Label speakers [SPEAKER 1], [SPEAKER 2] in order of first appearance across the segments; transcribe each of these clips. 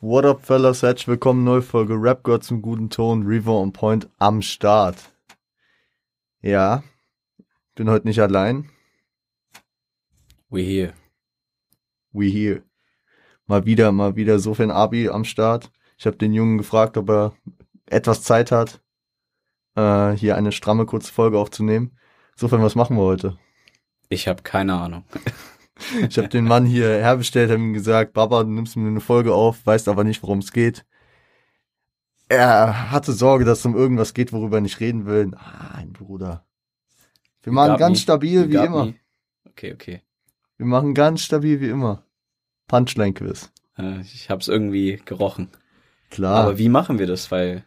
[SPEAKER 1] What up, fellas? Herzlich willkommen, neue Folge Rap gehört zum guten Ton. Reaver on Point am Start. Ja, bin heute nicht allein.
[SPEAKER 2] We here.
[SPEAKER 1] We here. Mal wieder, mal wieder Sofian Abi am Start. Ich habe den Jungen gefragt, ob er etwas Zeit hat, äh, hier eine stramme kurze Folge aufzunehmen. Sofian, was machen wir heute?
[SPEAKER 2] Ich habe keine Ahnung.
[SPEAKER 1] Ich habe den Mann hier herbestellt, habe ihm gesagt, Baba, du nimmst mir eine Folge auf, weißt aber nicht, worum es geht. Er hatte Sorge, dass es um irgendwas geht, worüber er nicht reden will. Nein, Bruder. Wir machen
[SPEAKER 2] Gab
[SPEAKER 1] ganz
[SPEAKER 2] nie.
[SPEAKER 1] stabil wie
[SPEAKER 2] Gab
[SPEAKER 1] immer.
[SPEAKER 2] nie. Okay, okay.
[SPEAKER 1] Wir machen ganz stabil wie immer. Punchline-Quiz.
[SPEAKER 2] Äh, Ich habe es irgendwie gerochen.
[SPEAKER 1] Klar.
[SPEAKER 2] Aber wie machen wir das? Weil,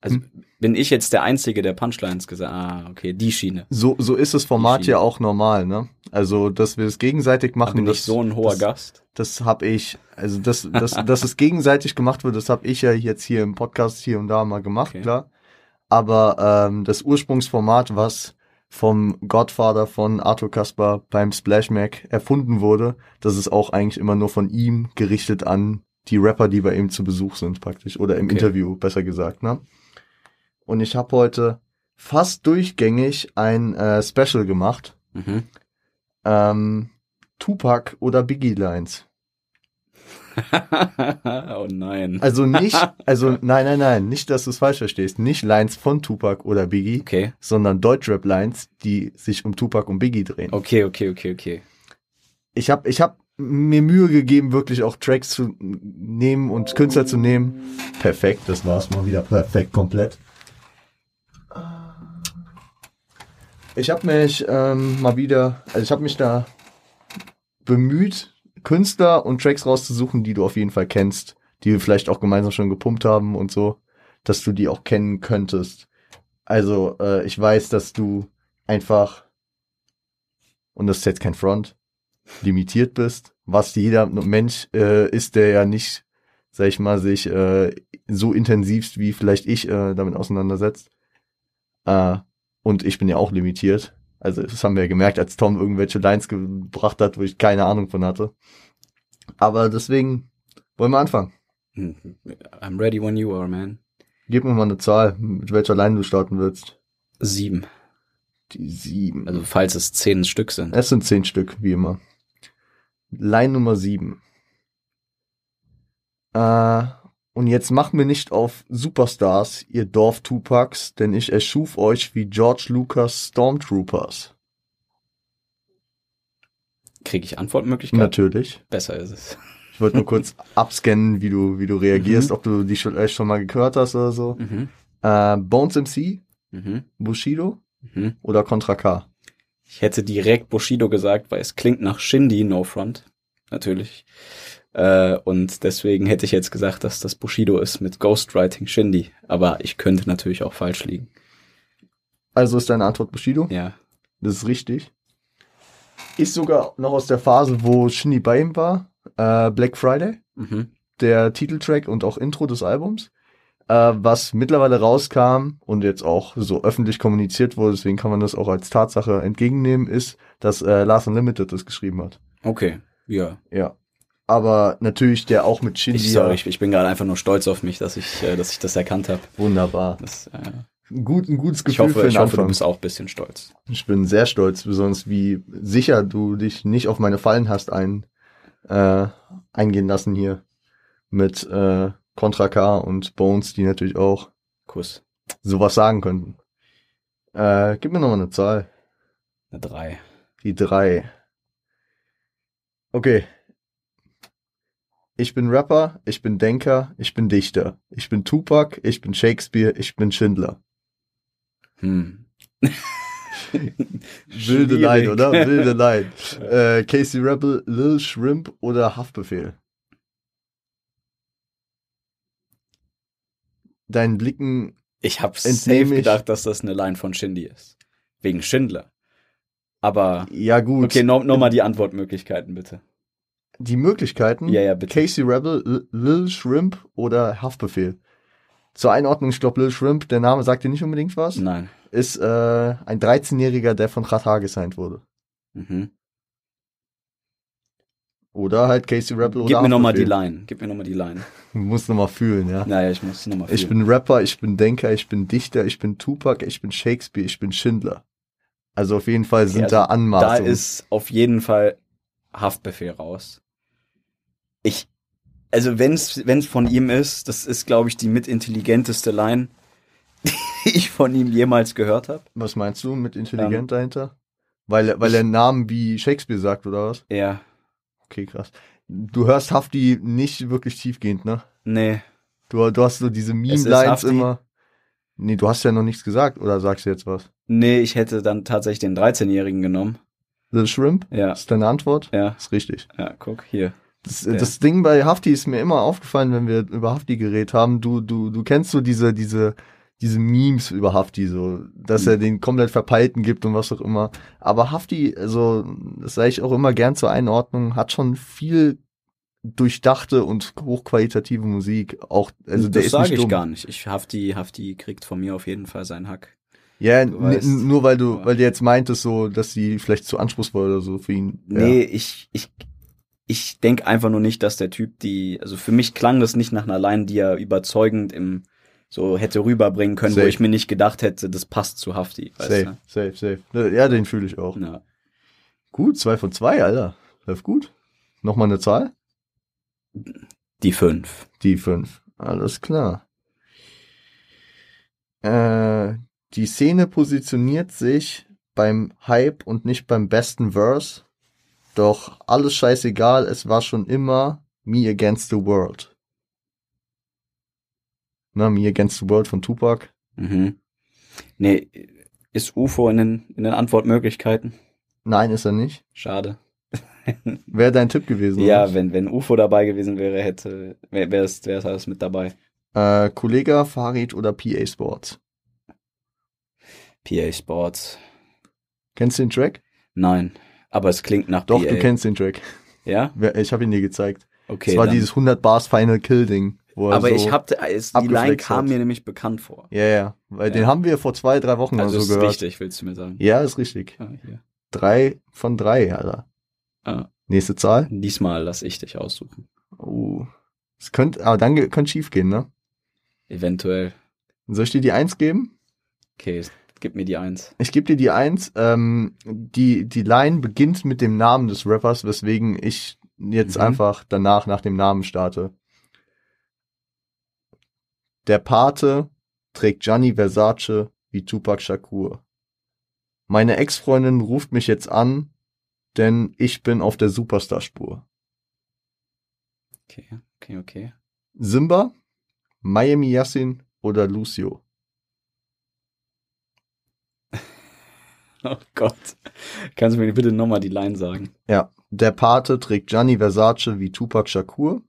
[SPEAKER 2] also
[SPEAKER 1] Hm.
[SPEAKER 2] bin ich jetzt der Einzige, der Punchlines gesagt Ah, okay, die Schiene.
[SPEAKER 1] so, so ist das Format
[SPEAKER 2] Schiene.
[SPEAKER 1] ja auch normal, ne? Also, dass wir es gegenseitig machen.
[SPEAKER 2] bin
[SPEAKER 1] das,
[SPEAKER 2] ich so ein hoher
[SPEAKER 1] das,
[SPEAKER 2] Gast?
[SPEAKER 1] Das habe ich, also das, das, dass es gegenseitig gemacht wird, das habe ich ja jetzt hier im Podcast hier und da mal gemacht,
[SPEAKER 2] Okay.
[SPEAKER 1] klar. Aber ähm, das Ursprungsformat, was vom Godfather von Arthur Kaspar beim Splash Mac erfunden wurde, das ist auch eigentlich immer nur von ihm gerichtet an die Rapper, die bei ihm zu Besuch sind praktisch oder im
[SPEAKER 2] Okay.
[SPEAKER 1] Interview, besser gesagt, ne? Und ich habe heute fast durchgängig ein äh, Special gemacht,
[SPEAKER 2] Mhm.
[SPEAKER 1] ähm, Tupac oder Biggie Lines.
[SPEAKER 2] oh nein.
[SPEAKER 1] Also nicht, also nein, nein, nein, nicht, dass du es falsch verstehst. Nicht Lines von Tupac oder Biggie,
[SPEAKER 2] Okay,
[SPEAKER 1] sondern Deutschrap-Lines, die sich um Tupac und Biggie drehen.
[SPEAKER 2] okay, okay, okay, okay.
[SPEAKER 1] Ich habe ich hab mir Mühe gegeben, wirklich auch Tracks zu nehmen und Künstler zu nehmen. Perfekt, das war's mal wieder. Perfekt, komplett. Ich habe mich ähm, mal wieder, also ich habe mich da bemüht, Künstler und Tracks rauszusuchen, die du auf jeden Fall kennst, die wir vielleicht auch gemeinsam schon gepumpt haben und so, dass du die auch kennen könntest. Also äh, ich weiß, dass du einfach, und das ist jetzt kein Front, limitiert bist, was jeder Mensch äh, ist, der ja nicht, sag ich mal, sich äh, so intensivst wie vielleicht ich äh, damit auseinandersetzt. Äh, und ich bin ja auch limitiert. Also das haben wir ja gemerkt, als Tom irgendwelche Lines gebracht hat, wo ich keine Ahnung von hatte. Aber deswegen wollen wir anfangen.
[SPEAKER 2] Mhm. I'm ready when you are, man.
[SPEAKER 1] Gib mir mal eine Zahl, mit welcher Line du starten willst.
[SPEAKER 2] Sieben.
[SPEAKER 1] Die sieben.
[SPEAKER 2] Also falls es zehn Stück sind.
[SPEAKER 1] es sind zehn Stück, wie immer. Line Nummer sieben. Äh, und jetzt macht mir nicht auf Superstars, ihr Dorf-Tupacs, denn ich erschuf euch wie George Lucas Stormtroopers.
[SPEAKER 2] Kriege ich Antwortmöglichkeiten?
[SPEAKER 1] Natürlich.
[SPEAKER 2] Besser ist es.
[SPEAKER 1] Ich wollte nur kurz abscannen, wie du, wie du reagierst, ob du die schon, äh, schon mal gehört hast oder so.
[SPEAKER 2] Mhm.
[SPEAKER 1] Äh, Bones MC,
[SPEAKER 2] Mhm.
[SPEAKER 1] Bushido
[SPEAKER 2] Mhm.
[SPEAKER 1] oder Contra K?
[SPEAKER 2] Ich hätte direkt Bushido gesagt, weil es klingt nach Shindy, No Front. Natürlich. Äh, und deswegen hätte ich jetzt gesagt, dass das Bushido ist mit Ghostwriting Shindy. Aber ich könnte natürlich auch falsch liegen.
[SPEAKER 1] Also ist deine Antwort Bushido?
[SPEAKER 2] Ja.
[SPEAKER 1] Das ist richtig. Ist sogar noch aus der Phase, wo Shindy bei ihm war. Äh, Black Friday,
[SPEAKER 2] Mhm.
[SPEAKER 1] der Titeltrack und auch Intro des Albums. Äh, was mittlerweile rauskam und jetzt auch so öffentlich kommuniziert wurde, deswegen kann man das auch als Tatsache entgegennehmen, ist, dass äh, Lars Unlimited das geschrieben hat.
[SPEAKER 2] Okay. Ja.
[SPEAKER 1] Ja. Aber natürlich der auch mit Shindy.
[SPEAKER 2] Ich, sorry, ich, ich bin gerade einfach nur stolz auf mich, dass ich, äh, dass ich das erkannt habe.
[SPEAKER 1] Wunderbar.
[SPEAKER 2] Das, äh,
[SPEAKER 1] Ein, gut, ein gutes
[SPEAKER 2] ich
[SPEAKER 1] Gefühl für
[SPEAKER 2] hoffe,
[SPEAKER 1] den
[SPEAKER 2] ich hoffe, du
[SPEAKER 1] Anfang.
[SPEAKER 2] bist auch ein bisschen stolz.
[SPEAKER 1] ich bin sehr stolz, besonders wie sicher du dich nicht auf meine Fallen hast ein, äh, eingehen lassen hier. Mit äh, Contra K und Bones, die natürlich auch
[SPEAKER 2] Kuss.
[SPEAKER 1] sowas sagen könnten. Äh, gib mir nochmal eine Zahl.
[SPEAKER 2] Eine drei.
[SPEAKER 1] Die drei. Okay. Ich bin Rapper, ich bin Denker, ich bin Dichter. Ich bin Tupac, ich bin Shakespeare, ich bin Schindler.
[SPEAKER 2] Hm.
[SPEAKER 1] Wilde
[SPEAKER 2] Schwierig.
[SPEAKER 1] Line, oder? Wilde Line. äh, Casey Rebel, Lil Shrimp oder Haftbefehl? Deinen Blicken,
[SPEAKER 2] Ich habe safe
[SPEAKER 1] Entnehme ich-
[SPEAKER 2] gedacht, dass das eine Line von Shindy ist. Wegen Schindler. Aber
[SPEAKER 1] ja gut.
[SPEAKER 2] okay, no, nochmal die Antwortmöglichkeiten bitte.
[SPEAKER 1] Die Möglichkeiten,
[SPEAKER 2] Ja, ja, bitte.
[SPEAKER 1] Casey Rebel, L- Lil Shrimp oder Haftbefehl. Zur Einordnung, ich glaube, Lil Shrimp, der Name sagt dir nicht unbedingt was,
[SPEAKER 2] Nein.
[SPEAKER 1] ist äh, ein 13-Jähriger, der von Qatar gesigned wurde.
[SPEAKER 2] Mhm.
[SPEAKER 1] Oder halt Casey Rebel
[SPEAKER 2] Gib
[SPEAKER 1] oder
[SPEAKER 2] mir nochmal die
[SPEAKER 1] Haftbefehl.
[SPEAKER 2] Line. Gib mir nochmal die Line.
[SPEAKER 1] Du musst nochmal fühlen, ja.
[SPEAKER 2] Naja, ich muss nochmal
[SPEAKER 1] Ich bin Rapper, ich bin Denker, ich bin Dichter, ich bin Tupac, ich bin Shakespeare, ich bin Schindler. Also auf jeden Fall sind
[SPEAKER 2] Ja,
[SPEAKER 1] da
[SPEAKER 2] Da
[SPEAKER 1] Anmaßungen.
[SPEAKER 2] ist auf jeden Fall Haftbefehl raus. Ich, also wenn's, wenn's von ihm ist, das ist, glaube ich, die mitintelligenteste Line, die ich von ihm jemals gehört habe.
[SPEAKER 1] was meinst du mit intelligent dahinter? Weil, er- weil er Namen wie Shakespeare sagt, oder was?
[SPEAKER 2] Ja,
[SPEAKER 1] Okay, krass. Du hörst Hafti nicht wirklich tiefgehend, ne?
[SPEAKER 2] nee.
[SPEAKER 1] Du, du hast so diese
[SPEAKER 2] ist
[SPEAKER 1] Meme-Lines
[SPEAKER 2] Hafti.
[SPEAKER 1] immer. Nee, du hast ja noch nichts gesagt, oder sagst du jetzt was?
[SPEAKER 2] Nee, ich hätte dann tatsächlich den 13-Jährigen genommen.
[SPEAKER 1] The Shrimp?
[SPEAKER 2] Ja,
[SPEAKER 1] Ist deine Antwort?
[SPEAKER 2] ja,
[SPEAKER 1] Ist richtig.
[SPEAKER 2] ja, guck, hier.
[SPEAKER 1] Das,
[SPEAKER 2] Ja.
[SPEAKER 1] das Ding bei Hafti ist mir immer aufgefallen, wenn wir über Hafti geredet haben. Du, du, du kennst so diese, diese, diese Memes über Hafti, so, dass
[SPEAKER 2] Mhm.
[SPEAKER 1] er den komplett verpeilten gibt und was auch immer. Aber Hafti, also, das sage ich auch immer gern zur Einordnung, hat schon viel durchdachte und hochqualitative Musik. Auch, also der
[SPEAKER 2] das
[SPEAKER 1] ist nicht
[SPEAKER 2] sage ich
[SPEAKER 1] dumm.
[SPEAKER 2] gar nicht. Ich Hafti, Hafti kriegt von mir auf jeden Fall seinen Hack.
[SPEAKER 1] Ja,
[SPEAKER 2] Du
[SPEAKER 1] n-
[SPEAKER 2] weißt.
[SPEAKER 1] n- nur weil du,
[SPEAKER 2] Aber-
[SPEAKER 1] weil du jetzt meintest, so, dass sie vielleicht zu anspruchsvoll oder so für ihn.
[SPEAKER 2] Nee, ich, ich, ich denke einfach nur nicht, dass der Typ die, also für mich klang das nicht nach einer Line, die er überzeugend im, so hätte rüberbringen können, wo
[SPEAKER 1] Safe.
[SPEAKER 2] ich mir nicht gedacht hätte, das passt zu Hafti.
[SPEAKER 1] Ja,
[SPEAKER 2] Weißt
[SPEAKER 1] safe, safe, safe. Ja, den fühle ich auch.
[SPEAKER 2] Du? Ja.
[SPEAKER 1] Gut, zwei von zwei, Alter. Läuft gut. Nochmal eine Zahl?
[SPEAKER 2] Die fünf.
[SPEAKER 1] Die fünf. Alles klar. Äh, die Szene positioniert sich beim Hype und nicht beim besten Verse. Doch alles scheißegal, es war schon immer Me Against the World. Na, Me Against the World von Tupac.
[SPEAKER 2] Mhm. Nee, ist UFO in den, in den Antwortmöglichkeiten?
[SPEAKER 1] Nein, ist er nicht.
[SPEAKER 2] Schade.
[SPEAKER 1] Wäre dein Tipp gewesen.
[SPEAKER 2] Ja,
[SPEAKER 1] oder?
[SPEAKER 2] wenn, wenn UFO dabei gewesen wäre, hätte, wäre wär es, wär's alles mit dabei.
[SPEAKER 1] Äh, Kollega, Farid oder PA Sports.
[SPEAKER 2] PA Sports.
[SPEAKER 1] Kennst du den Track?
[SPEAKER 2] Nein. Aber es klingt nach
[SPEAKER 1] Doch,
[SPEAKER 2] PA.
[SPEAKER 1] du kennst den Track.
[SPEAKER 2] Ja?
[SPEAKER 1] Wer- Ich habe ihn dir gezeigt.
[SPEAKER 2] Okay.
[SPEAKER 1] es war
[SPEAKER 2] dann-
[SPEAKER 1] dieses 100 Bars Final Kill Ding. Wo er
[SPEAKER 2] Aber
[SPEAKER 1] so,
[SPEAKER 2] ich hab, äh, es, die Line
[SPEAKER 1] Also abgeflext
[SPEAKER 2] kam
[SPEAKER 1] hat.
[SPEAKER 2] mir nämlich bekannt vor.
[SPEAKER 1] Ja, ja. Weil
[SPEAKER 2] Ja.
[SPEAKER 1] den haben wir vor zwei, drei Wochen
[SPEAKER 2] Also
[SPEAKER 1] also
[SPEAKER 2] ist
[SPEAKER 1] so gehört.
[SPEAKER 2] richtig, willst du mir sagen?
[SPEAKER 1] Ja, ist richtig.
[SPEAKER 2] Ah, hier.
[SPEAKER 1] Drei von drei, Alter.
[SPEAKER 2] Ah.
[SPEAKER 1] Nächste Zahl.
[SPEAKER 2] Diesmal lass ich dich aussuchen.
[SPEAKER 1] Oh. Es könnte, aber dann ge- könnte schief gehen, ne?
[SPEAKER 2] Eventuell.
[SPEAKER 1] Soll ich dir die Eins geben?
[SPEAKER 2] Okay, gib mir die Eins.
[SPEAKER 1] Ich gebe dir die Eins. Ähm, die, die Line beginnt mit dem Namen des Rappers, weswegen ich jetzt
[SPEAKER 2] Mhm.
[SPEAKER 1] einfach danach nach dem Namen starte. Der Pate trägt Gianni Versace wie Tupac Shakur. Meine Ex-Freundin ruft mich jetzt an, denn ich bin auf der Superstar-Spur.
[SPEAKER 2] Okay, okay, okay.
[SPEAKER 1] Simba, Miami Yassin oder Lucio?
[SPEAKER 2] Oh Gott. Kannst du mir bitte nochmal die Line sagen?
[SPEAKER 1] Ja, der Pate trägt Gianni Versace wie Tupac Shakur.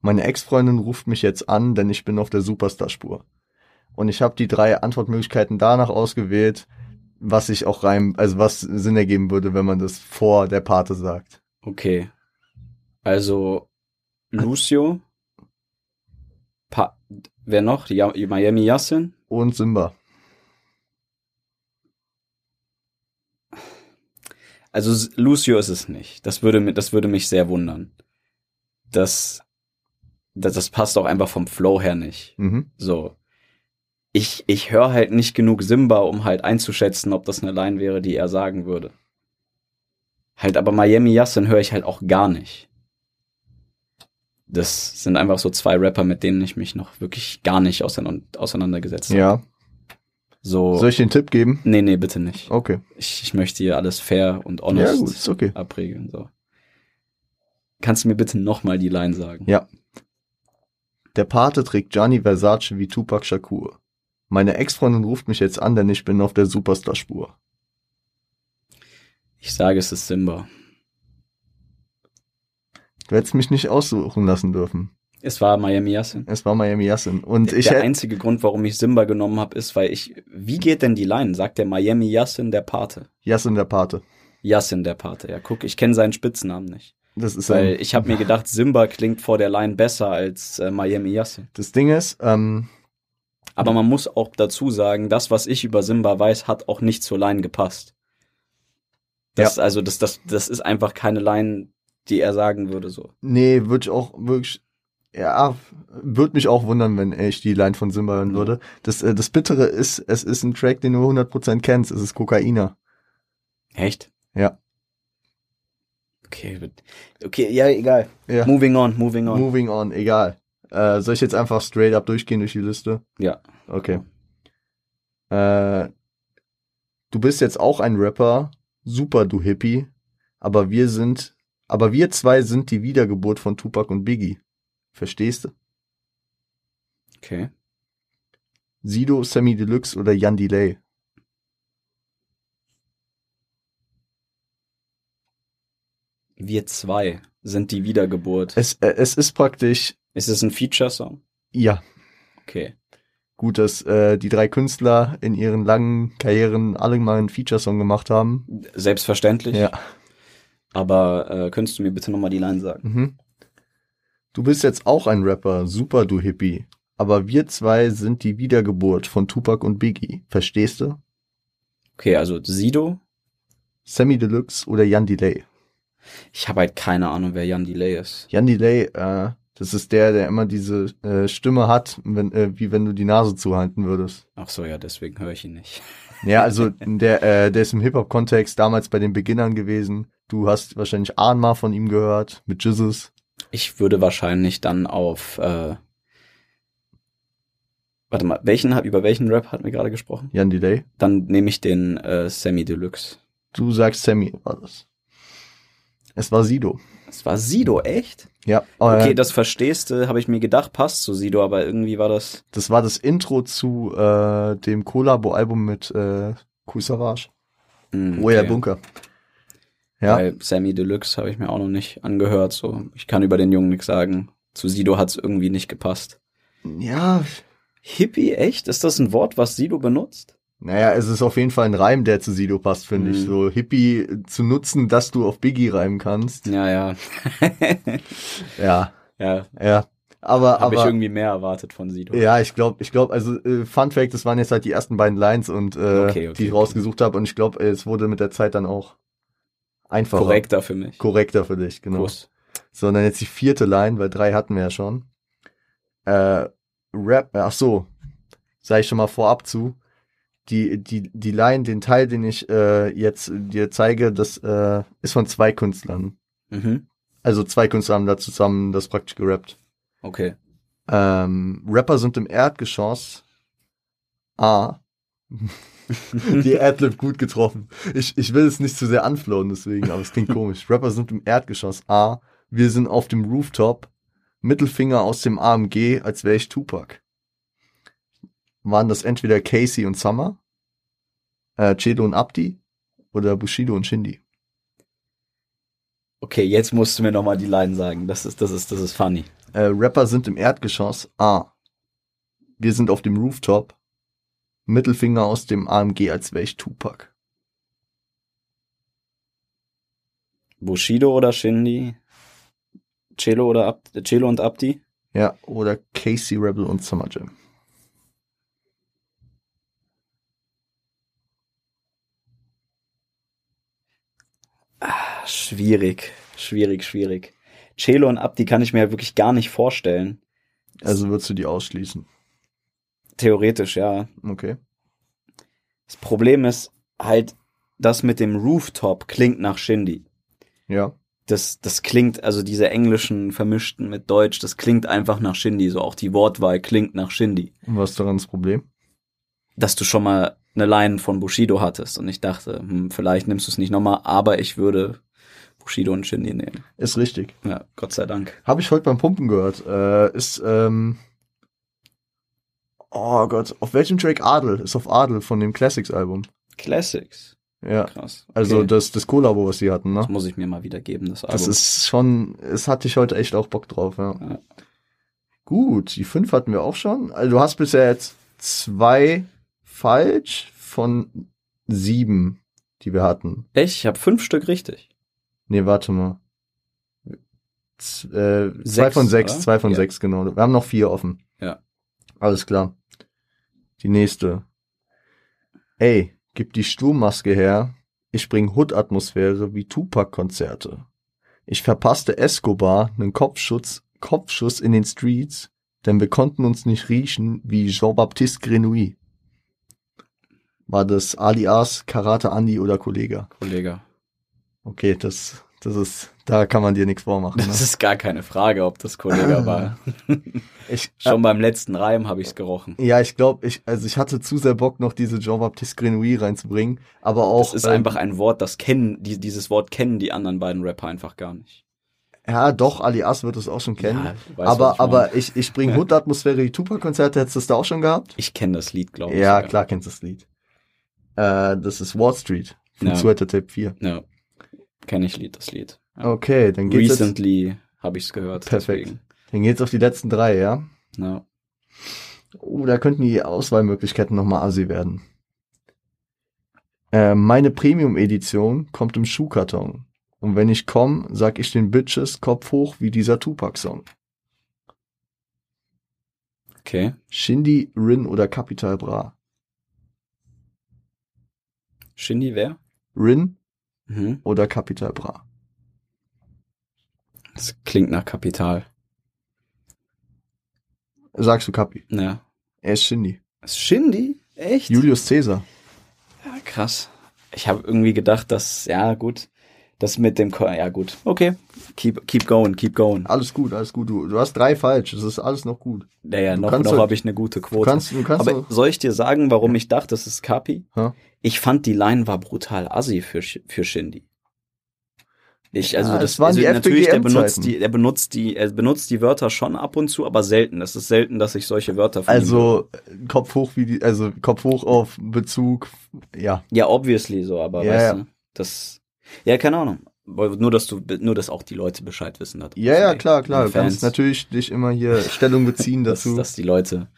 [SPEAKER 1] Meine Ex-Freundin ruft mich jetzt an, denn ich bin auf der Superstar-Spur. Und ich habe die drei Antwortmöglichkeiten danach ausgewählt, was ich auch rein, also was Sinn ergeben würde, wenn man das vor der Pate sagt.
[SPEAKER 2] Okay. Also, Lucio. Pa Wer noch? Die Ja- Miami Yassin?
[SPEAKER 1] Und Simba.
[SPEAKER 2] Also S- Lucio ist es nicht. Das würde, mi- das würde mich sehr wundern. Das, das, das passt auch einfach vom Flow her nicht.
[SPEAKER 1] Mhm.
[SPEAKER 2] So. Ich, ich höre halt nicht genug Simba, um halt einzuschätzen, ob das eine Line wäre, die er sagen würde. Halt, aber Miami Yassin höre ich halt auch gar nicht. Das sind einfach so zwei Rapper, mit denen ich mich noch wirklich gar nicht ausein- auseinandergesetzt habe.
[SPEAKER 1] Ja.
[SPEAKER 2] So.
[SPEAKER 1] Soll ich den Tipp geben?
[SPEAKER 2] nee, nee, bitte nicht.
[SPEAKER 1] Okay.
[SPEAKER 2] Ich, ich möchte hier alles fair und
[SPEAKER 1] Ja,
[SPEAKER 2] honest
[SPEAKER 1] gut, ist okay.
[SPEAKER 2] abregeln. So. Kannst du mir bitte nochmal die Line sagen?
[SPEAKER 1] Ja. Der Pate trägt Gianni Versace wie Tupac Shakur. Meine Ex-Freundin ruft mich jetzt an, denn ich bin auf der Superstar-Spur.
[SPEAKER 2] Ich sage, es ist Simba.
[SPEAKER 1] Du hättest mich nicht aussuchen lassen dürfen.
[SPEAKER 2] Es war Miami Yassin.
[SPEAKER 1] Es war Miami Yassin. Und ich
[SPEAKER 2] der
[SPEAKER 1] hätte.
[SPEAKER 2] einzige Grund, warum ich Simba genommen habe, ist, weil ich. Wie geht denn die Line? Sagt der Miami Yassin der Pate?
[SPEAKER 1] Yassin der Pate.
[SPEAKER 2] Yassin der Pate. Ja, guck, ich kenne seinen Spitznamen nicht.
[SPEAKER 1] Das ist
[SPEAKER 2] Weil
[SPEAKER 1] ein,
[SPEAKER 2] ich habe mir gedacht, Simba klingt vor der Line besser als äh, Miami Yassin.
[SPEAKER 1] Das Ding ist, ähm,
[SPEAKER 2] Aber man muss auch dazu sagen, das, was ich über Simba weiß, hat auch nicht zur Line gepasst. Das, Also, das, das, das ist einfach keine Line, die er sagen würde so.
[SPEAKER 1] Nee, würde ich auch wirklich. Ja, würde mich auch wundern, wenn ich die Line von Simba hören
[SPEAKER 2] Mhm.
[SPEAKER 1] würde. Das, äh, das Bittere ist, es ist ein Track, den du 100% kennst. Es ist Kokainer.
[SPEAKER 2] Echt?
[SPEAKER 1] Ja.
[SPEAKER 2] Okay, wird- okay, ja, egal.
[SPEAKER 1] Ja.
[SPEAKER 2] Moving on, moving on.
[SPEAKER 1] Moving on, egal. Äh, soll ich jetzt einfach straight up durchgehen durch die Liste?
[SPEAKER 2] Ja.
[SPEAKER 1] Okay. Äh, du bist jetzt auch ein Rapper, super du Hippie, aber wir sind, aber wir zwei sind die Wiedergeburt von Tupac und Biggie. Verstehst du?
[SPEAKER 2] Okay.
[SPEAKER 1] Sido, Sammy Deluxe oder Jan Delay?
[SPEAKER 2] Wir zwei sind die Wiedergeburt.
[SPEAKER 1] Es, äh, es ist praktisch,
[SPEAKER 2] Ist es ein Feature-Song?
[SPEAKER 1] ja,
[SPEAKER 2] Okay.
[SPEAKER 1] gut, dass äh, die drei Künstler in ihren langen Karrieren alle mal einen Feature-Song gemacht haben.
[SPEAKER 2] Selbstverständlich.
[SPEAKER 1] Ja.
[SPEAKER 2] Aber äh, könntest du mir bitte nochmal die Line sagen?
[SPEAKER 1] Mhm. Du bist jetzt auch ein Rapper, super du Hippie. Aber wir zwei sind die Wiedergeburt von Tupac und Biggie. Verstehst du?
[SPEAKER 2] Okay, also Sido.
[SPEAKER 1] Sammy Deluxe oder Jan Delay?
[SPEAKER 2] Ich habe halt keine Ahnung, wer Jan Delay ist.
[SPEAKER 1] Jan Delay, äh, das ist der, der immer diese äh, Stimme hat, wenn, äh, wie wenn du die Nase zuhalten würdest.
[SPEAKER 2] Ach so, ja, deswegen höre ich ihn nicht.
[SPEAKER 1] Ja, also der, äh, der ist im Hip-Hop-Kontext damals bei den Beginnern gewesen. Du hast wahrscheinlich Ahnma von ihm gehört, mit Jizzes.
[SPEAKER 2] Ich würde wahrscheinlich dann auf. Äh, warte mal, welchen, über welchen Rap hatten wir gerade gesprochen?
[SPEAKER 1] Jan Delay.
[SPEAKER 2] Dann nehme ich den äh, Sammy Deluxe.
[SPEAKER 1] Du sagst Sammy, war das. Es war Sido.
[SPEAKER 2] Es war Sido, echt?
[SPEAKER 1] Oh, Ja, äh,
[SPEAKER 2] Okay,
[SPEAKER 1] okay,
[SPEAKER 2] das verstehst du, habe ich mir gedacht, passt zu Sido, aber irgendwie war das.
[SPEAKER 1] Das war das Intro zu äh, dem Collabo-Album mit äh, Kool Savage.
[SPEAKER 2] Mh,
[SPEAKER 1] Woher Bunker. Ja,
[SPEAKER 2] Mhm, Weil Sammy Deluxe habe ich mir auch noch nicht angehört. So, ich kann über den Jungen nichts sagen. Zu Sido hat es irgendwie nicht gepasst.
[SPEAKER 1] ja.
[SPEAKER 2] Hippie, echt? Ist das ein Wort, was Sido benutzt?
[SPEAKER 1] Naja, es ist auf jeden Fall ein Reim, der zu Sido passt, finde ich.
[SPEAKER 2] Mhm.
[SPEAKER 1] So Hippie zu nutzen, dass du auf Biggie reimen kannst.
[SPEAKER 2] Ja, ja.
[SPEAKER 1] Ja,
[SPEAKER 2] ja,
[SPEAKER 1] ja. Aber,
[SPEAKER 2] habe ich
[SPEAKER 1] aber.
[SPEAKER 2] irgendwie mehr erwartet von Sido.
[SPEAKER 1] ja, ich glaube, ich glaube, also äh, Fun Fact, das waren jetzt halt die ersten beiden Lines und äh,
[SPEAKER 2] Okay, okay,
[SPEAKER 1] die ich
[SPEAKER 2] okay.
[SPEAKER 1] rausgesucht habe und ich glaube, es wurde mit der Zeit dann auch einfacher.
[SPEAKER 2] Korrekter für mich.
[SPEAKER 1] Korrekter für dich, genau.
[SPEAKER 2] Kuss.
[SPEAKER 1] sondern jetzt die vierte Line, weil drei hatten wir ja schon. Äh, Rap, ach so, sage ich schon mal vorab zu. Die, die, die Line, den Teil, den ich äh, jetzt dir zeige, das äh, ist von zwei Künstlern.
[SPEAKER 2] Mhm.
[SPEAKER 1] Also zwei Künstler haben da zusammen das praktisch gerappt.
[SPEAKER 2] Okay.
[SPEAKER 1] Ähm, Rapper sind im Erdgeschoss. Ah. die Adlib gut getroffen. Ich, ich will es nicht zu sehr anflohen, deswegen, aber es klingt komisch. Rapper sind im Erdgeschoss. A. Wir sind auf dem Rooftop. Mittelfinger aus dem AMG, als wäre ich Tupac. Waren das entweder Casey und Summer, äh, Cedo und Abdi oder Bushido und Shindy?
[SPEAKER 2] Okay, jetzt musst du mir nochmal die Line sagen. Das ist, das ist, das ist funny.
[SPEAKER 1] Äh, Rapper sind im Erdgeschoss. A. Wir sind auf dem Rooftop. Mittelfinger aus dem AMG, als wäre ich Tupac.
[SPEAKER 2] Bushido oder Shindy? Cello oder Ab Cello und Abdi?
[SPEAKER 1] Ja, oder Casey Rebel und Summer Jam.
[SPEAKER 2] Ah, Schwierig, schwierig, schwierig. Chelo und Abdi kann ich mir halt wirklich gar nicht vorstellen.
[SPEAKER 1] Also würdest du die ausschließen.
[SPEAKER 2] Theoretisch, ja.
[SPEAKER 1] Okay.
[SPEAKER 2] Das Problem ist halt, das mit dem Rooftop klingt nach Shindy.
[SPEAKER 1] Ja.
[SPEAKER 2] Das, das klingt, also diese englischen vermischten mit Deutsch, das klingt einfach nach Shindy. So auch die Wortwahl klingt nach Shindy.
[SPEAKER 1] Und was ist daran das Problem?
[SPEAKER 2] Dass du schon mal eine Line von Bushido hattest und ich dachte, hm, vielleicht nimmst du es nicht nochmal, aber ich würde Bushido und Shindy nehmen.
[SPEAKER 1] Ist richtig.
[SPEAKER 2] Ja, Gott sei Dank.
[SPEAKER 1] Habe ich heute beim Pumpen gehört. Äh, ist, ähm. Oh Gott, auf welchem Track Adel? Ist auf Adel von dem Classics-Album.
[SPEAKER 2] Classics.
[SPEAKER 1] Ja.
[SPEAKER 2] Krass. Okay.
[SPEAKER 1] Also das, das Kollabo, was die hatten, ne?
[SPEAKER 2] das muss ich mir mal wieder geben, das Album.
[SPEAKER 1] Das ist schon, es hatte ich heute echt auch Bock drauf, ja.
[SPEAKER 2] Ja.
[SPEAKER 1] Gut, die fünf hatten wir auch schon. Also du hast bisher jetzt zwei falsch von sieben, die wir hatten.
[SPEAKER 2] Echt? Ich habe fünf Stück richtig.
[SPEAKER 1] Nee, warte mal. Z äh, zwei
[SPEAKER 2] Sechs,
[SPEAKER 1] von sechs,
[SPEAKER 2] oder?
[SPEAKER 1] zwei von
[SPEAKER 2] Ja.
[SPEAKER 1] sechs, genau. Wir haben noch vier offen.
[SPEAKER 2] Ja.
[SPEAKER 1] Alles klar. Die nächste. Ey, gib die Sturmmaske her. Ich bring Hood-Atmosphäre wie Tupac-Konzerte. Ich verpasste Escobar einen Kopfschutz, Kopfschuss in den Streets, denn wir konnten uns nicht riechen wie Jean-Baptiste Grenouille. War das alias Karate Andy oder Kollege?
[SPEAKER 2] Kollege.
[SPEAKER 1] Okay, das, das ist, da kann man dir nichts vormachen. Ne?
[SPEAKER 2] Das ist gar keine Frage, ob das Kollege war.
[SPEAKER 1] Ich,
[SPEAKER 2] Schon beim letzten Reim habe ich es gerochen.
[SPEAKER 1] Äh, Ja, ich glaube, ich, also ich hatte zu sehr Bock, noch diese Jean-Baptiste Grenouille reinzubringen, aber auch.
[SPEAKER 2] Das ist
[SPEAKER 1] ähm,
[SPEAKER 2] einfach ein Wort, das kennen, die, dieses Wort kennen die anderen beiden Rapper einfach gar nicht.
[SPEAKER 1] Ja, doch, Alias wird es auch schon kennen.
[SPEAKER 2] Ja, ich weiß, was
[SPEAKER 1] aber
[SPEAKER 2] ich meine.
[SPEAKER 1] aber ich, ich bringe Hood Atmosphäre, die Tupac-Konzerte, hättest du das da auch schon gehabt?
[SPEAKER 2] Ich kenne das Lied, glaube ich.
[SPEAKER 1] Ja,
[SPEAKER 2] sogar.
[SPEAKER 1] klar kennst du das Lied. Äh, das ist Wall Street von
[SPEAKER 2] Ja.
[SPEAKER 1] Sweater Tape 4.
[SPEAKER 2] Ja, kenne ich Lied, das Lied. Ja.
[SPEAKER 1] Okay, dann geht's, jetzt,
[SPEAKER 2] Recently habe ich es gehört.
[SPEAKER 1] Perfekt.
[SPEAKER 2] deswegen.
[SPEAKER 1] dann geht's auf die letzten drei, ja?
[SPEAKER 2] Ja.
[SPEAKER 1] Oh, da könnten die Auswahlmöglichkeiten nochmal assi werden. Äh, meine Premium-Edition kommt im Schuhkarton. Und wenn ich komm, sag ich den Bitches Kopf hoch wie dieser Tupac-Song.
[SPEAKER 2] Okay.
[SPEAKER 1] Shindy, Rin oder Capital Bra.
[SPEAKER 2] Shindy, wer?
[SPEAKER 1] Rin
[SPEAKER 2] Mhm.
[SPEAKER 1] oder Capital Bra.
[SPEAKER 2] Das klingt nach Kapital.
[SPEAKER 1] Sagst du Capi?
[SPEAKER 2] Ja.
[SPEAKER 1] Er ist Shindy.
[SPEAKER 2] Ist Shindy? Echt?
[SPEAKER 1] Julius Caesar.
[SPEAKER 2] Ja, krass. Ich habe irgendwie gedacht, dass, ja, gut, das mit dem, Ko ja, gut. Okay. Keep, keep going, keep going.
[SPEAKER 1] Alles gut, alles gut. Du, du hast drei falsch. Es ist alles noch gut.
[SPEAKER 2] Naja,
[SPEAKER 1] Du
[SPEAKER 2] noch,
[SPEAKER 1] kannst
[SPEAKER 2] noch
[SPEAKER 1] doch-
[SPEAKER 2] habe ich eine gute
[SPEAKER 1] Du
[SPEAKER 2] Quote.
[SPEAKER 1] kannst, du kannst
[SPEAKER 2] Aber
[SPEAKER 1] doch,
[SPEAKER 2] soll ich dir sagen, warum ich dachte, das ist Kapi?
[SPEAKER 1] Ja.
[SPEAKER 2] Ich fand, die Line war brutal assi für, Sch- für Shindy. Ich, also
[SPEAKER 1] Ja,
[SPEAKER 2] das,
[SPEAKER 1] es waren
[SPEAKER 2] also
[SPEAKER 1] die
[SPEAKER 2] natürlich, der benutzt
[SPEAKER 1] FBGM-Zeiten.
[SPEAKER 2] die, er benutzt die, er benutzt die Wörter schon ab und zu, aber selten. Das ist selten, dass ich solche Wörter von ihm höre.
[SPEAKER 1] also äh, Kopf hoch wie die, also Kopf hoch auf Bezug. Ja,
[SPEAKER 2] Ja, obviously so, aber
[SPEAKER 1] Ja,
[SPEAKER 2] weißt
[SPEAKER 1] ja.
[SPEAKER 2] du, das, ja, keine Ahnung. Nur, dass du, nur, dass auch die Leute Bescheid wissen. da draußen,
[SPEAKER 1] ja, ja,
[SPEAKER 2] ey.
[SPEAKER 1] klar, klar.
[SPEAKER 2] Die
[SPEAKER 1] Du kannst
[SPEAKER 2] Fans,
[SPEAKER 1] natürlich dich immer hier Stellung beziehen
[SPEAKER 2] dass,
[SPEAKER 1] dazu.
[SPEAKER 2] dass die Leute,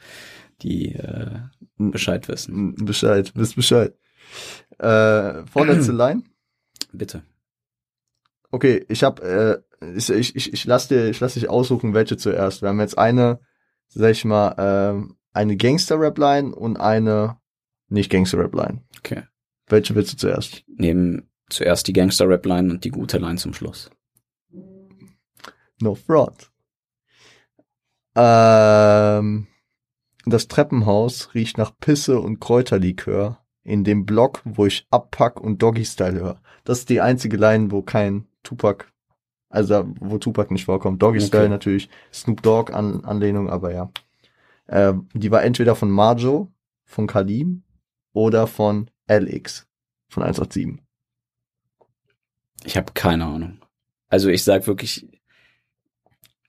[SPEAKER 2] die, äh, Bescheid wissen.
[SPEAKER 1] M, Mm, Bescheid, wisst Bescheid. Äh, vorletzte Line.
[SPEAKER 2] Bitte.
[SPEAKER 1] Okay, ich habe, äh, ich, ich, ich, ich lass dir, ich lass dich aussuchen, welche zuerst. Wir haben jetzt eine, sag ich mal, ähm, eine Gangster-Rap-Line und eine nicht Gangster-Rap-Line.
[SPEAKER 2] Okay.
[SPEAKER 1] Welche willst du zuerst?
[SPEAKER 2] Nehmen zuerst die Gangster-Rap-Line und die gute Line zum Schluss.
[SPEAKER 1] No Fraud. Ähm, das Treppenhaus riecht nach Pisse und Kräuterlikör in dem Block, wo ich Abpack und Doggy-Style höre. Das ist die einzige Line, wo kein Tupac, also wo Tupac nicht vorkommt. Doggy-Style
[SPEAKER 2] Okay.
[SPEAKER 1] natürlich, Snoop Dogg an, Anlehnung, aber ja. Ähm, die war entweder von Marjo, von Kalim oder von LX, von 187.
[SPEAKER 2] Ich habe keine Ahnung. Also ich sag wirklich. also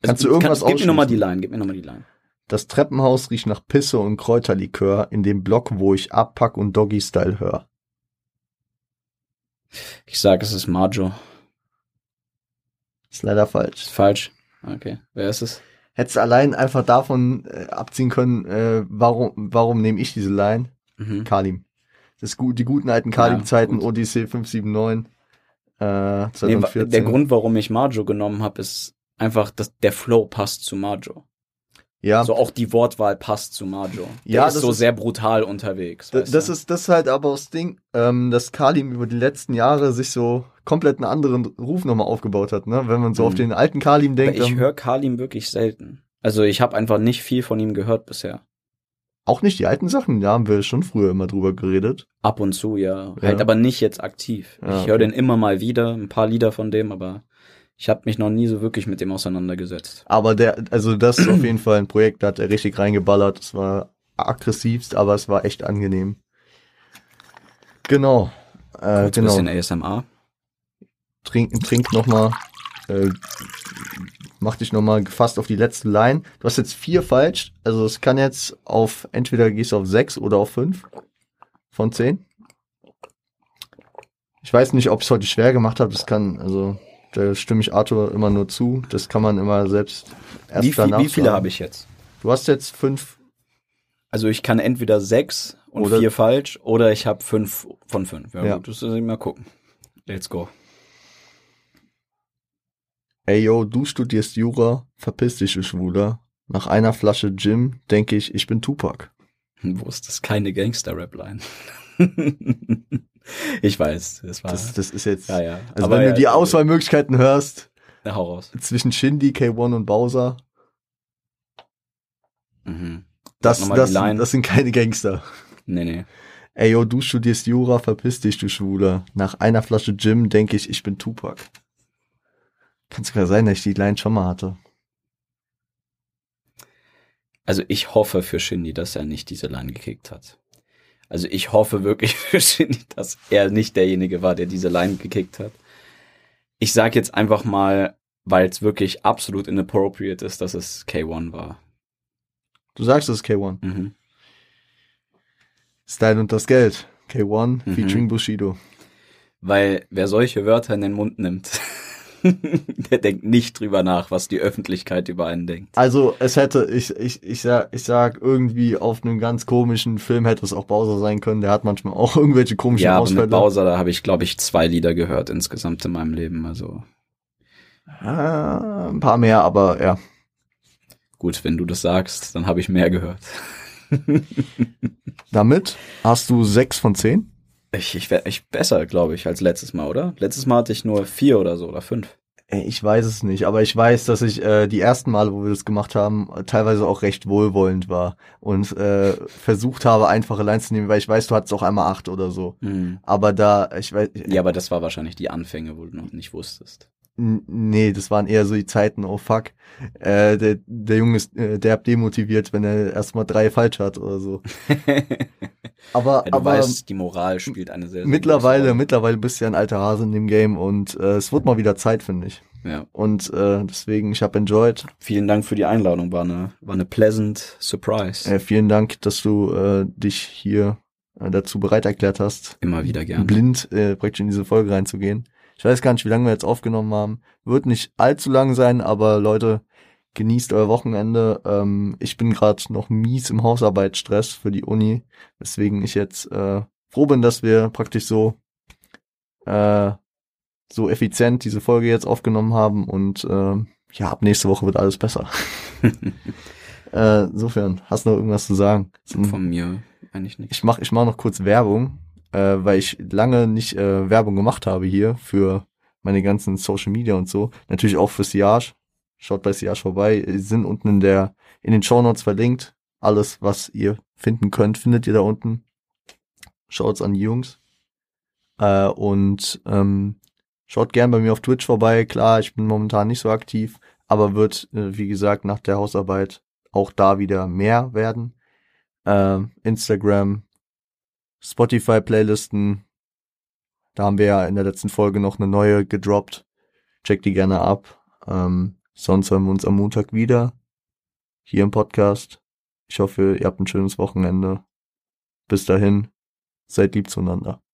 [SPEAKER 1] Kannst du irgendwas
[SPEAKER 2] Gib mir nochmal die
[SPEAKER 1] ausschließen?
[SPEAKER 2] Line, gib mir nochmal die Line.
[SPEAKER 1] Das Treppenhaus riecht nach Pisse und Kräuterlikör in dem Block, wo ich Abpack und Doggy-Style höre.
[SPEAKER 2] Ich sag, es ist Marjo.
[SPEAKER 1] Ist leider
[SPEAKER 2] Ist
[SPEAKER 1] falsch.
[SPEAKER 2] falsch. Okay. Wer ist es?
[SPEAKER 1] Hättest du allein einfach davon äh, abziehen können, äh, warum, warum nehme ich diese Line?
[SPEAKER 2] Mhm.
[SPEAKER 1] Kalim. Das gut, die guten alten
[SPEAKER 2] Ja,
[SPEAKER 1] Kalim-Zeiten,
[SPEAKER 2] gut.
[SPEAKER 1] Odyssee 579, äh,
[SPEAKER 2] Nee, wa-
[SPEAKER 1] 2014.
[SPEAKER 2] der Grund, warum ich Marjo genommen habe, ist einfach, dass der Flow passt zu Marjo.
[SPEAKER 1] ja,
[SPEAKER 2] So auch die Wortwahl passt zu Marjo. Der
[SPEAKER 1] Ja,
[SPEAKER 2] ist
[SPEAKER 1] das
[SPEAKER 2] so
[SPEAKER 1] ist-
[SPEAKER 2] sehr brutal unterwegs.
[SPEAKER 1] D-
[SPEAKER 2] weißt
[SPEAKER 1] das
[SPEAKER 2] du?
[SPEAKER 1] ist das ist halt aber das Ding, ähm, dass Kalim über die letzten Jahre sich so komplett einen anderen Ruf nochmal aufgebaut hat, ne? Wenn man so
[SPEAKER 2] Mhm.
[SPEAKER 1] auf den alten Kalim
[SPEAKER 2] Weil
[SPEAKER 1] denkt,
[SPEAKER 2] ich
[SPEAKER 1] dann-
[SPEAKER 2] höre Kalim wirklich selten. Also ich habe einfach nicht viel von ihm gehört bisher.
[SPEAKER 1] auch nicht die alten Sachen, da haben wir schon früher immer drüber geredet.
[SPEAKER 2] Ab und zu, ja.
[SPEAKER 1] Ja.
[SPEAKER 2] Halt aber nicht jetzt aktiv.
[SPEAKER 1] Ja,
[SPEAKER 2] ich höre
[SPEAKER 1] okay.
[SPEAKER 2] den immer mal wieder, ein paar Lieder von dem, aber ich habe mich noch nie so wirklich mit dem auseinandergesetzt.
[SPEAKER 1] Aber der, also das ist auf jeden Fall ein Projekt, da hat er richtig reingeballert. Es war aggressivst, aber es war echt angenehm. Genau. Äh,
[SPEAKER 2] Kurz ein
[SPEAKER 1] genau.
[SPEAKER 2] bisschen ASMR.
[SPEAKER 1] Trink, trink nochmal. Äh, mach dich nochmal gefasst auf die letzte Line. Du hast jetzt vier falsch. Also es kann jetzt auf, entweder gehst du auf sechs oder auf fünf von zehn. Ich weiß nicht, ob ich es heute schwer gemacht habe. Das kann, also da stimme ich Arthur immer nur zu. Das kann man immer selbst erst
[SPEAKER 2] Wie, viel,
[SPEAKER 1] danach
[SPEAKER 2] wie viele
[SPEAKER 1] sagen.
[SPEAKER 2] habe ich jetzt?
[SPEAKER 1] Du hast jetzt fünf.
[SPEAKER 2] Also ich kann entweder sechs und
[SPEAKER 1] Oder-
[SPEAKER 2] vier falsch oder ich habe fünf von fünf. Ja,
[SPEAKER 1] Ja.
[SPEAKER 2] gut, das müssen wir mal gucken. Let's go.
[SPEAKER 1] Ey yo, du studierst Jura, verpiss dich, du Schwuler. Nach einer Flasche Gin denke ich, ich bin Tupac.
[SPEAKER 2] Wo ist das keine Gangster-Rap-Line? ich weiß, das war...
[SPEAKER 1] Das, das ist jetzt.
[SPEAKER 2] ja, ja.
[SPEAKER 1] Also wenn du die
[SPEAKER 2] ja,
[SPEAKER 1] Auswahlmöglichkeiten hörst,
[SPEAKER 2] Na, hau raus.
[SPEAKER 1] zwischen Shindy, K1 und Bowser.
[SPEAKER 2] Mhm.
[SPEAKER 1] Das,
[SPEAKER 2] nochmal
[SPEAKER 1] das,
[SPEAKER 2] die Line.
[SPEAKER 1] das sind keine Gangster.
[SPEAKER 2] Nee, nee.
[SPEAKER 1] Ey, yo, du studierst Jura, verpiss dich, du Schwuler. Nach einer Flasche Gin denke ich, ich bin Tupac. Kann sogar sein, dass ich die Line schon mal hatte.
[SPEAKER 2] Also ich hoffe für Shindy, dass er nicht diese Line gekickt hat. Also ich hoffe wirklich für Shindy, dass er nicht derjenige war, der diese Line gekickt hat. Ich sag jetzt einfach mal, weil es wirklich absolut inappropriate ist, dass es K1 war.
[SPEAKER 1] Du sagst es, K1.
[SPEAKER 2] Mhm.
[SPEAKER 1] Style und das Geld. K1
[SPEAKER 2] Mhm.
[SPEAKER 1] featuring Bushido.
[SPEAKER 2] Weil wer solche Wörter in den Mund nimmt, der denkt nicht drüber nach, was die Öffentlichkeit über einen denkt.
[SPEAKER 1] Also es hätte, ich, ich, ich, sag, ich sag irgendwie auf einem ganz komischen Film hätte es auch Bowser sein können. Der hat manchmal auch irgendwelche komischen
[SPEAKER 2] Ja, aber
[SPEAKER 1] Ausfälle.
[SPEAKER 2] mit Bowser, da habe ich, glaube ich, zwei Lieder gehört insgesamt in meinem Leben. Also
[SPEAKER 1] Ah, ein paar mehr, aber ja.
[SPEAKER 2] gut, wenn du das sagst, dann habe ich mehr gehört.
[SPEAKER 1] Damit hast du sechs von zehn.
[SPEAKER 2] Ich, ich werde ich besser, glaube ich, als letztes Mal, oder? Letztes Mal hatte ich nur vier oder so oder fünf.
[SPEAKER 1] Ey, Äh, Ich weiß es nicht, aber ich weiß, dass ich äh, die ersten Male, wo wir das gemacht haben, äh, teilweise auch recht wohlwollend war und äh, versucht habe, einfache Lines zu nehmen, weil ich weiß, du hattest auch einmal acht oder so. Aber da, ich weiß,
[SPEAKER 2] Ja, aber das war wahrscheinlich die Anfänge, wo du noch nicht wusstest.
[SPEAKER 1] N- Nee, das waren eher so die Zeiten, oh fuck. Äh, der, der Junge ist äh, derb demotiviert, wenn er erstmal drei falsch hat oder so. Aber,
[SPEAKER 2] Ja, du
[SPEAKER 1] aber
[SPEAKER 2] weißt, die Moral spielt eine sehr, sehr
[SPEAKER 1] mittlerweile,
[SPEAKER 2] große
[SPEAKER 1] mittlerweile bist du ja ein alter Hase in dem Game und äh, es wird mal wieder Zeit, finde ich.
[SPEAKER 2] Rolle. Ja.
[SPEAKER 1] Und äh, deswegen, ich habe enjoyed.
[SPEAKER 2] Vielen Dank für die Einladung, war eine, war eine pleasant surprise.
[SPEAKER 1] Äh, vielen Dank, dass du äh, dich hier äh, dazu bereit erklärt hast,
[SPEAKER 2] Immer wieder gern.
[SPEAKER 1] blind äh, praktisch in diese Folge reinzugehen. Ich weiß gar nicht, wie lange wir jetzt aufgenommen haben. Wird nicht allzu lang sein, aber Leute, genießt euer Wochenende. Ähm, ich bin gerade noch mies im Hausarbeitsstress für die Uni, weswegen ich jetzt äh, froh bin, dass wir praktisch so äh, so effizient diese Folge jetzt aufgenommen haben und äh, ja, ab nächste Woche wird alles besser. äh, insofern, hast du noch irgendwas zu sagen? Zum-
[SPEAKER 2] Von mir eigentlich nicht.
[SPEAKER 1] ich mach, ich mach noch kurz Werbung, äh, weil ich lange nicht äh, Werbung gemacht habe hier für meine ganzen Social Media und so. Natürlich auch für Siage. Schaut bei Siage vorbei. Die sind unten in der, in den Show Notes verlinkt. Alles, was ihr finden könnt, findet ihr da unten. Schaut's an die Jungs. Äh, und ähm, schaut gern bei mir auf Twitch vorbei. Klar, ich bin momentan nicht so aktiv, aber wird, äh, wie gesagt, nach der Hausarbeit auch da wieder mehr werden. Ähm, Instagram, Spotify-Playlisten. Da haben wir ja in der letzten Folge noch eine neue gedroppt. Checkt die gerne ab. Ähm, sonst hören wir uns am Montag wieder. Hier im Podcast. Ich hoffe, ihr habt ein schönes Wochenende. Bis dahin, seid lieb zueinander.